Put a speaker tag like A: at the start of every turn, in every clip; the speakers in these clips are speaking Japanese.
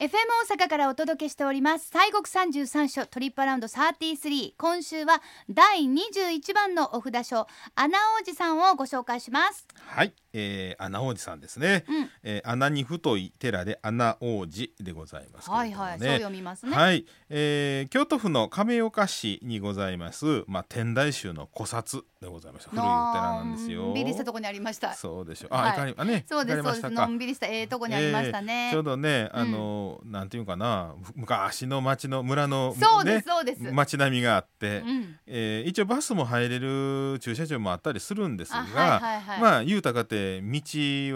A: FM 大阪からお届けしております西国三十三所トリップアラウンド33今週は第21番のお札所穴王子さんをご紹介します
B: はい、えー、穴王子さんですね、
A: うん
B: えー穴に太い寺で穴王子でございますけ
A: は
B: れ
A: い
B: どもね、
A: はい、そう読みますね、
B: はい、えー京都府の亀岡市にございます、まあ、天台宗の古刹でございます古いお寺なんです
A: の
B: よ
A: んびりしたとこにありました
B: そうでしょう
A: はい
B: あ、いかにあね
A: そうです
B: 行か
A: そうで
B: れまし
A: す
B: た
A: の
B: か
A: んびりしたええとこにありましたね、
B: ちょうどね
A: うん
B: あの、なんていうかなむ昔の町の村の
A: そうです、
B: ね
A: そうです、
B: 町並みがあって、
A: うん
B: えー一応バスも入れる駐車場もあったりするんですが、
A: あはいはいはい
B: まあ言うたかて道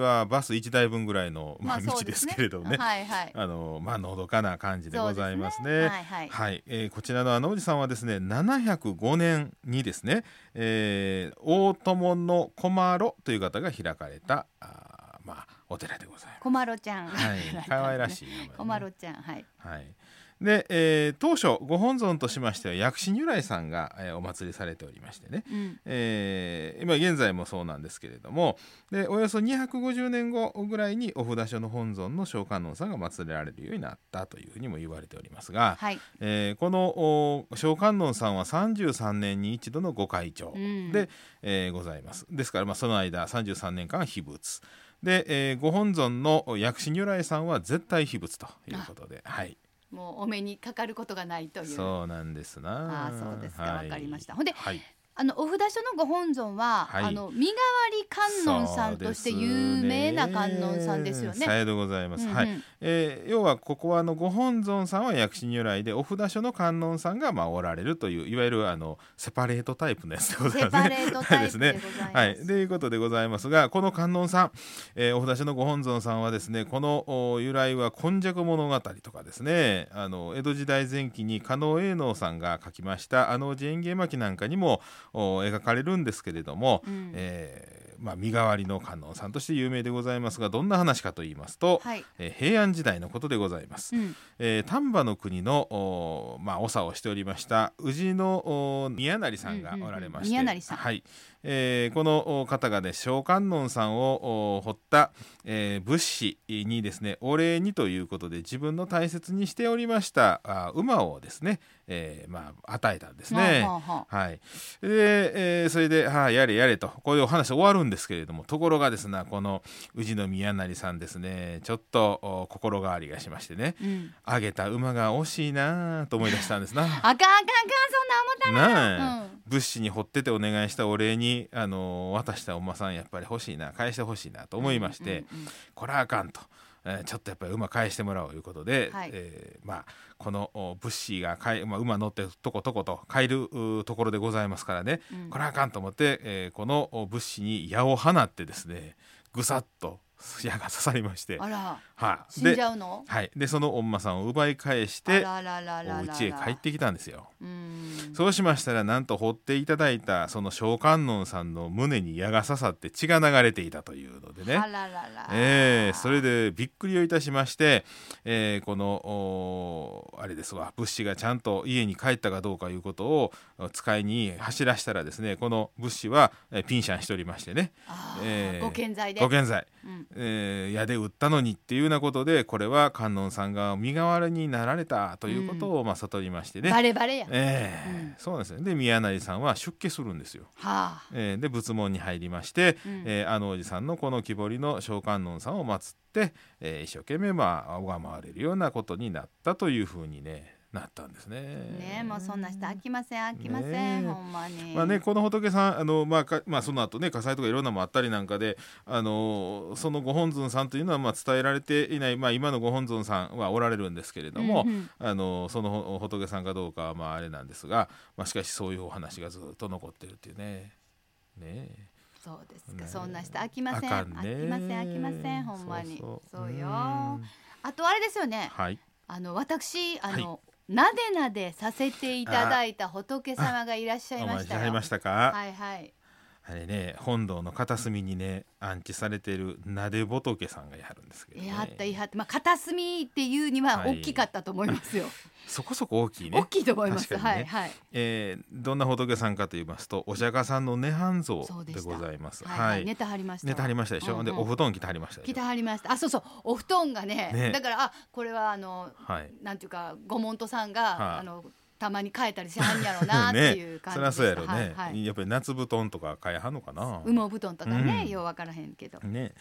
B: はバス1台分ぐらいの、まあ、道ですけれどもね,、
A: はいはい
B: あのまあのどかな感じでございますね。
A: はいはい
B: はい、えーこちらのあのおじさんはですね705年にですね、えー大友の小麻呂という方が開かれたあーまあお寺でござい
A: コマロちゃん
B: ます。 はい、可愛らしい名前、ね。
A: コマロちゃんはい
B: はい。で、えー当初ご本尊としましては薬師如来さんが、えーお祭りされておりましてね。
A: うん
B: えー今現在もそうなんですけれどもでおよそ250年後ぐらいにお札所の本尊の聖観音さんが祀られるようになったというふうにも言われておりますが、
A: はい
B: えーこのお聖観音さんは33年に一度のご開帳
A: うん
B: で、えーございますですから、まあ、その間33年間は秘仏で、えーご本尊の薬師如来さんは絶対秘仏ということではい
A: もうお目にかかることがないという
B: そうなんですな
A: あーそうですかわかりましたほんで
B: はい、
A: あのお札所のご本尊は、
B: はい
A: あの身代わり観音さんとして有名な観音さんですよ
B: さ
A: ね。
B: ようでございます、
A: うんうん
B: はい、えー要はここはあのご本尊さんは薬師如来でお札所の観音さんがまあおられるといういわゆるあのセパレートタイプのやつでござい
A: セ
B: ます
A: パ
B: ね
A: レートタイプでございます。
B: はい、ということでございますがこの観音さん、えーお札所のご本尊さんはですねこのお由来は「今昔物語」とかですねあの江戸時代前期に加納栄能さんが書きました「あの寺園芸巻」なんかにもお描かれるんですけれども、
A: うん
B: えーまあ、身代わりの観音さんとして有名でございますがどんな話かと言いますと、
A: はい
B: えー平安時代のことでございます。
A: うん
B: えー丹波の国のおー、まあ、長をしておりました宇治のおー宮成さんがおられまして、
A: うんうんうん宮成さん
B: はいえーこのお方がね小観音さんをお掘った、えー仏師にですねお礼にということで自分の大切にしておりましたあー馬をですね、えーまあ、与えたんですね。
A: はあはあはあ
B: はい、で、えーそれで「はあやれやれ」とこういうお話終わるんですけれどもところがですねこの宇治の宮成さんですねちょっとお心変わりがしましてね
A: うん
B: あげた馬が惜しいなあと思い出したんですな。
A: あかんあかんあかんそんな思ったら
B: なあ、
A: うん
B: 物資に掘っててお願いしたお礼に、あのー渡したお馬さんやっぱり欲しいな返して欲しいなと思いまして、
A: うんうんうん
B: これはあかんと、えーちょっとやっぱり馬返してもらおうということで、
A: はい
B: えーまあ、このお物資がかい、まあ、馬乗ってとことこと帰るうーところでございますからね、
A: うん
B: これはあかんと思って、えーこのお物資に矢を放ってですねぐさっと矢が刺さりまして。
A: あら
B: は
A: 死んじ
B: で
A: ゃうの？
B: はい、でそのお馬さんを奪い返し
A: あ
B: て
A: ららららら
B: お家へ帰ってきたんですよ。
A: うん
B: そうしましたらなんと掘っていただいたその小観音さんの胸に矢が刺さって血が流れていたというのでね
A: あ。ららら
B: ええそれでびっくりをいたしまして、えーこのおーあれですわ物資がちゃんと家に帰ったかどうかいうことをお使いに走らしたらですねこの物資は、えーピンシャンしておりましてね
A: あー
B: えー
A: ご健在で
B: ご健在、
A: うん
B: えー矢で撃ったのにっていうようなことでこれは観音さんが身代わりになられたということを、まあ、悟りましてね
A: バレバレやは
B: ええ
A: うん
B: そうなんですよで宮成さんは出家するんですよ。
A: あ
B: えーで仏門に入りまして、
A: うん
B: えーあのおじさんのこの木彫りの聖観音さんを祀って、えー一生懸命まあ拝まれるようなことになったというふうにねなったんですね。
A: ねえもうそんな人飽きません飽きません、
B: ねえ
A: ほんまに
B: まあね、この仏さんあの、まあかまあ、その後ね火災とかいろんなのもあったりなんかであのそのご本尊さんというのはまあ伝えられていない、まあ、今のご本尊さんはおられるんですけれども、
A: うんうん
B: あのその仏さんかどうかはまああれなんですが、まあ、しかしそういうお話がずっと残ってるっていうね。ねえ
A: そうですか、
B: ね
A: そんな人飽きません
B: あかんね
A: 飽きません飽きませんほんまにそうよ
B: うん
A: あとあれですよね
B: はい
A: あの私あの、なでなでさせていただいた仏様がいらっしゃい
B: お
A: ま
B: 待
A: し
B: ち
A: たよ
B: いましたか、
A: はいはい
B: あれね本堂の片隅にね安置されてるなで仏さんがやるんですけど、ね、
A: えあったいはってまあ片隅っていうには
B: はい
A: 大きかったと思いますよ、
B: そこそこ大きいね
A: 大きいと思います、
B: 確か
A: は
B: にね
A: いはい
B: えーどんな仏さんかと言いますとお釈迦さんの涅槃
A: そ
B: 像
A: うで
B: で
A: した
B: ございます
A: はい
B: は
A: はい
B: い、
A: ネタ張りました
B: 寝てはりましたでしょ、
A: うんうん
B: でお布団着てはりましたでし
A: 来
B: ょ
A: てはりましたあそうそうお布団がね
B: ね
A: だからあこれはあの
B: はい
A: なんていうかご門徒さんが、
B: はい
A: あのたまに変えたりしはんやろうなっていう感
B: そ
A: じ
B: り
A: でし
B: ゃそ
A: た
B: うやろ ね、
A: はいはい
B: やっぱり夏布団とか買えはんのかな
A: 羽毛布団とかね、
B: うん
A: ようわからへんけど、うん
B: ね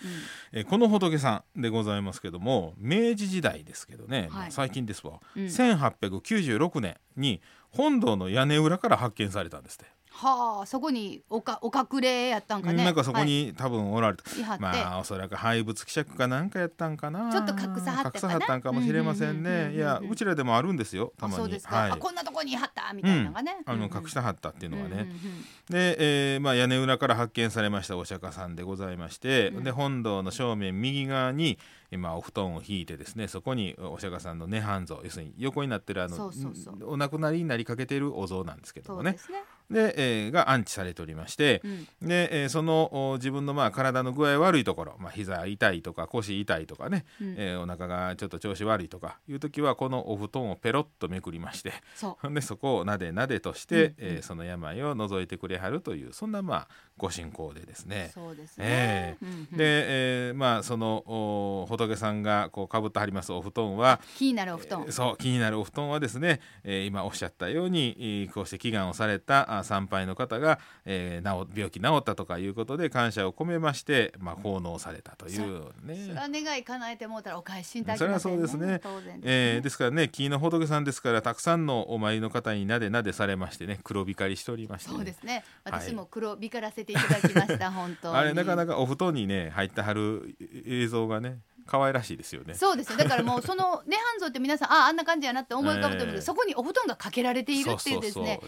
B: えーこの仏さんでございますけども明治時代ですけどね、まあ
A: はい
B: 最近ですわ、
A: うん
B: 1896年に本堂の屋根裏から発見されたんですって、
A: はあそこにおかお隠れやったんかね
B: なんかそこに多分おられた、
A: はいいはって、
B: まあおそらく廃物希釈かなんかやったんかな
A: ちょっと隠さはったかな
B: 隠さはったんかもしれません
A: うんうんうんうんう
B: ね
A: ん
B: いやうちらでもあるんですよた
A: あ
B: まに
A: そうですか、
B: はい
A: あこんなとこにいはったみたいなのがね、
B: あの
A: うんうん
B: 隠したはったっていうのがね、
A: うんうんうん
B: で、えーまあ、屋根裏から発見されましたお釈迦さんでございまして、
A: うん
B: で本堂の正面右側に、まあ、お布団を敷いてですねそこにお釈迦さんの涅槃像要するに横になってるあの
A: そうそうそうん
B: お亡くなりになりかけてるお像なんですけど
A: そ
B: も
A: う
B: ね
A: ですね、
B: で、えーが安置されておりまして
A: う、ん、
B: で、えーそのお自分のまあ体の具合悪いところ、まあ、膝痛いとか腰痛いとかね、
A: うん
B: えーお腹がちょっと調子悪いとかいう時はこのお布団をペロッとめくりまして
A: そ
B: ほんでそこをなでなでとして、
A: うんうん
B: えーその病を除いてくれはるというそんなまあご信仰でです
A: う、
B: ね。
A: そうですね、うんうん
B: で、えーまあそのお仏さんがこうかぶってはりますお布団は
A: 気になるお布団、
B: えーそう気になるお布団はですね、えー今おっしゃったように、えーこうして祈願をされたあ参拝の方が、えー治病気治ったとかいうことで感謝を込めまして、まあ、奉納されたという
A: そ
B: ね
A: れ。は願い叶えてもうたらお返しにた
B: それはそうですね
A: 当然
B: えー
A: で
B: ですからね紀伊の仏さんですからたくさんのお参りの方になでなでされましてね黒光りしておりまし
A: す
B: て、
A: ねそうですね
B: はい
A: 私も黒光らせていただきま した、本当に
B: あれなかな
A: か
B: かお布団にね入ってはる映像がね可愛らしいですよね。
A: そうですよだからもうその涅槃像って皆さんああんな感じやなって思い浮かぶと思うんですけど、
B: ええ
A: そこにお布団がかけられている
B: そう
A: ってい
B: そうう
A: です
B: そう
A: ね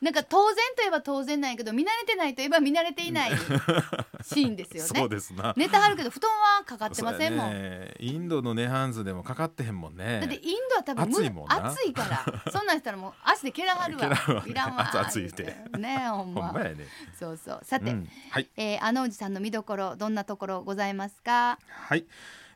A: なんか当然といえば当然なんやけど見慣れてないといえば見慣れてい ないシーンですよ
B: そ
A: ね
B: うですな。
A: ネタ張るけど布団はかかってませんもん、
B: そうやねインドのネハンズでもかかってへんもんね。
A: だってインドは多分
B: 暑いもんな
A: 暑いからそんなんしたらもう足で蹴らは るわ
B: 蹴らはるわね
A: いらんわ
B: 暑い言うて
A: ねほん
B: ほ
A: ま
B: んまやね。
A: そうそうさて、
B: うん、はい
A: えー、あのおじさんの見どころどんなところございますか
B: はい。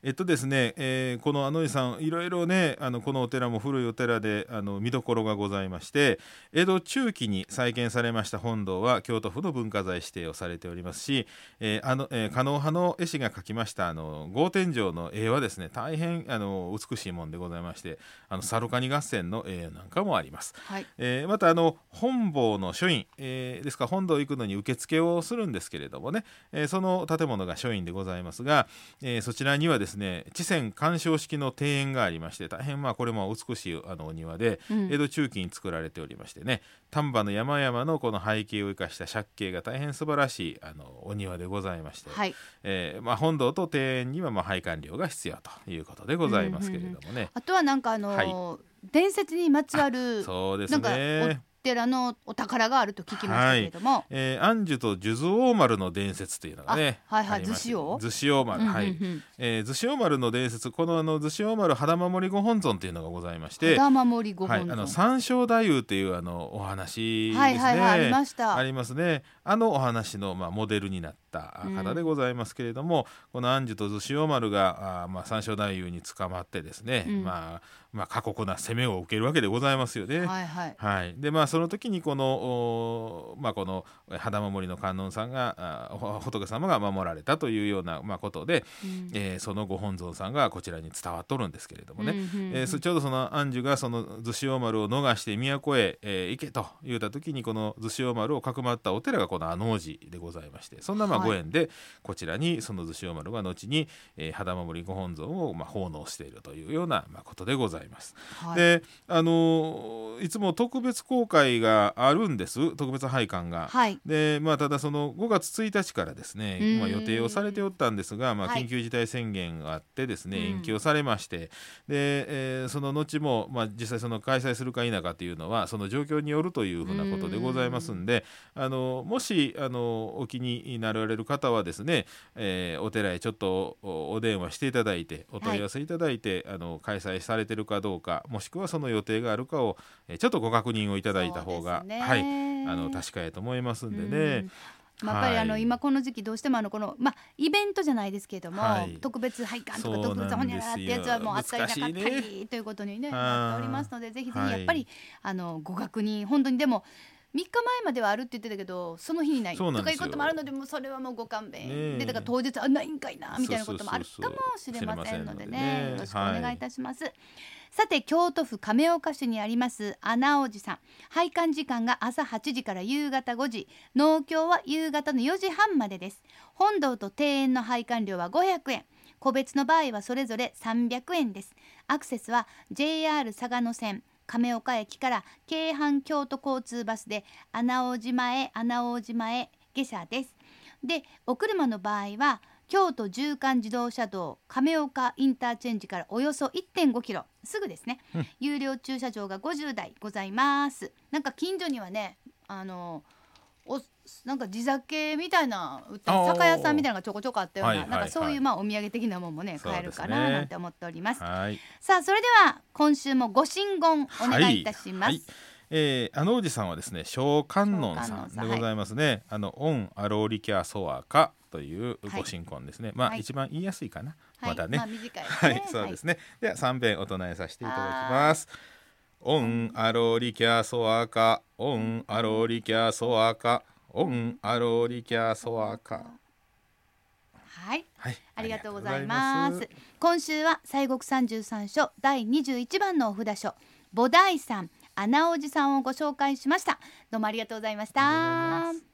B: えっとですね、えーこのあの井さんいろいろねあのこのお寺も古いお寺であの見どころがございまして江戸中期に再建されました本堂は京都府の文化財指定をされておりますし、えーあのえー狩野派の絵師が描きましたあの豪天井の絵はですね大変あの美しいもんでございましてあの猿カニ合戦の絵なんかもあります。
A: はい
B: えーまたあの本坊の書院、えーですから本堂行くのに受付をするんですけれどもね、えーその建物が書院でございますが、えーそちらにはですね地仙鑑賞式の庭園がありまして大変まあこれも美しいあのお庭で、
A: うん
B: 江戸中期に作られておりましてね丹波の山々のこの背景を生かした借景が大変素晴らしいあのお庭でございまして、
A: はい
B: えーまあ、本堂と庭園にはまあ拝観料が必要ということでございますけれどもね。
A: あとはなんかあのー伝説にまつわる
B: そうです
A: なんか
B: ね
A: お寺のお宝があると聞きましたけれども、
B: えー、安寿と数珠大丸の伝説というのがね、
A: あはいはい
B: ありまして
A: 厨子王
B: 厨子王丸、
A: うんうんうん
B: はい、えー、逗子王丸の伝説このあの逗子王丸肌守りご本尊というのがございまして、
A: 肌守りご
B: はい、あ
A: 本尊、
B: の三正太夫というあのお話ですね、
A: はいはいはいありました
B: ありますねあのお話の、まあ、モデルになったあ方でございますけれども、この安寿と逗子王丸があー、まあ、三正太夫に捕まってですね、
A: うん
B: まあ、まあ過酷な攻めを受けるわけでございますよね。
A: はいはい
B: はい、でまあその時にこの,おー、まあ、この肌守りの観音さんがあお仏様が守られたというような、まあ、ことで、
A: うん
B: えーそのご本尊さんがこちらに伝わっとるんですけれどもね、
A: うんうんうん
B: えーそちょうどその安寿がその逗子王丸を逃して都へ、えー行けと言った時にこの逗子王丸をかくまったお寺がこの穴王寺でございましてそんなまあ
A: はい
B: ご縁でこちらにその逗子王丸が後に、えー肌守りご本尊をまあ奉納しているというようなまあことでございます。
A: はい
B: であのーいつも特別公開があるんです特別拝観が。
A: はい
B: でまあ、ただその5月1日からですね
A: うん
B: まあ予定をされておったんですが、まあ、
A: はい
B: 緊急事態宣言があってですね、
A: うん
B: 延期をされましてで、えーその後も、まあ、実際その開催するか否かというのはその状況によるというふうなことでございますんで、あのもしあのお気になられる方はですね、えーお寺へちょっとおお電話していただいてお問い合わせいただいて、あの開催されてるかどうかもしくはその予定があるかを、えーちょっとご確認をいただいた方が、
A: そうですね
B: はい、あの確かやと思いますんでね。
A: うんまあ、やっぱり
B: はい
A: あの今この時期どうしてもあのこの、まあ、イベントじゃないですけれども、
B: はい
A: 特別拝観とか
B: そう
A: 特別
B: な
A: ほ
B: ん
A: にゃ
B: です
A: ら
B: よ
A: らってやつはもうあったりなかったり、
B: 難
A: ということにね
B: ん
A: なっておりますのでぜひぜひやっぱり、
B: はい
A: あのご確認本当にでも3日前まではあるって言ってたけどその日にない
B: そうな
A: と
B: んで
A: かいう
B: すよ
A: こともあるのでもうそれはもうご勘弁、
B: ねえ
A: でだから当日あないんかいなみたいなこともあるかもしれませんのでねよ
B: そ
A: ろ
B: うそうそう
A: しくお
B: そう
A: 願いいたします。さて京都府亀岡市にあります穴おじさん拝観時間が朝8時から夕方5時農協は夕方の4時半までです本堂と庭園の拝観料は500円個別の場合はそれぞれ300円ですアクセスは JR 嵯峨野線亀岡駅から京阪京都交通バスで穴尾島へ穴尾島へ下車ですでお車の場合は京都縦貫自動車道亀岡インターチェンジからおよそ1.5キロすぐですね、有料駐車場が50台ございますなんか近所にはねあのおなんか地酒みたいな売ってる
B: あー
A: 酒屋さんみたいなのがちょこちょこあったような,、
B: はいはい
A: なんかそう
B: はいいう
A: まあお土産的なもんもね
B: そう
A: 買え
B: で
A: る
B: す
A: か
B: ね
A: ななんて思っております
B: はい。
A: さあそれでは今週もご神言お願いいたします、
B: はいはいえー、あのおじさんはですね、小観音さんでございますね。あの、オンアローリキャソアカというご神婚ですね。まあ、
A: はい
B: 一番言いやすいかな。
A: はい
B: まだね。
A: あ短いですね
B: はい、そうですね。では三遍お唱えさせていただきます。オンアローリキャソアカ、オンアローリキャソアカ、オンアローリキャソアカ。
A: はい、
B: はい、
A: ありがとうございます。今週は西国三十三所第二十一番のお札所菩提さん、穴おじさんをご紹介しました。どうもありがとうございました。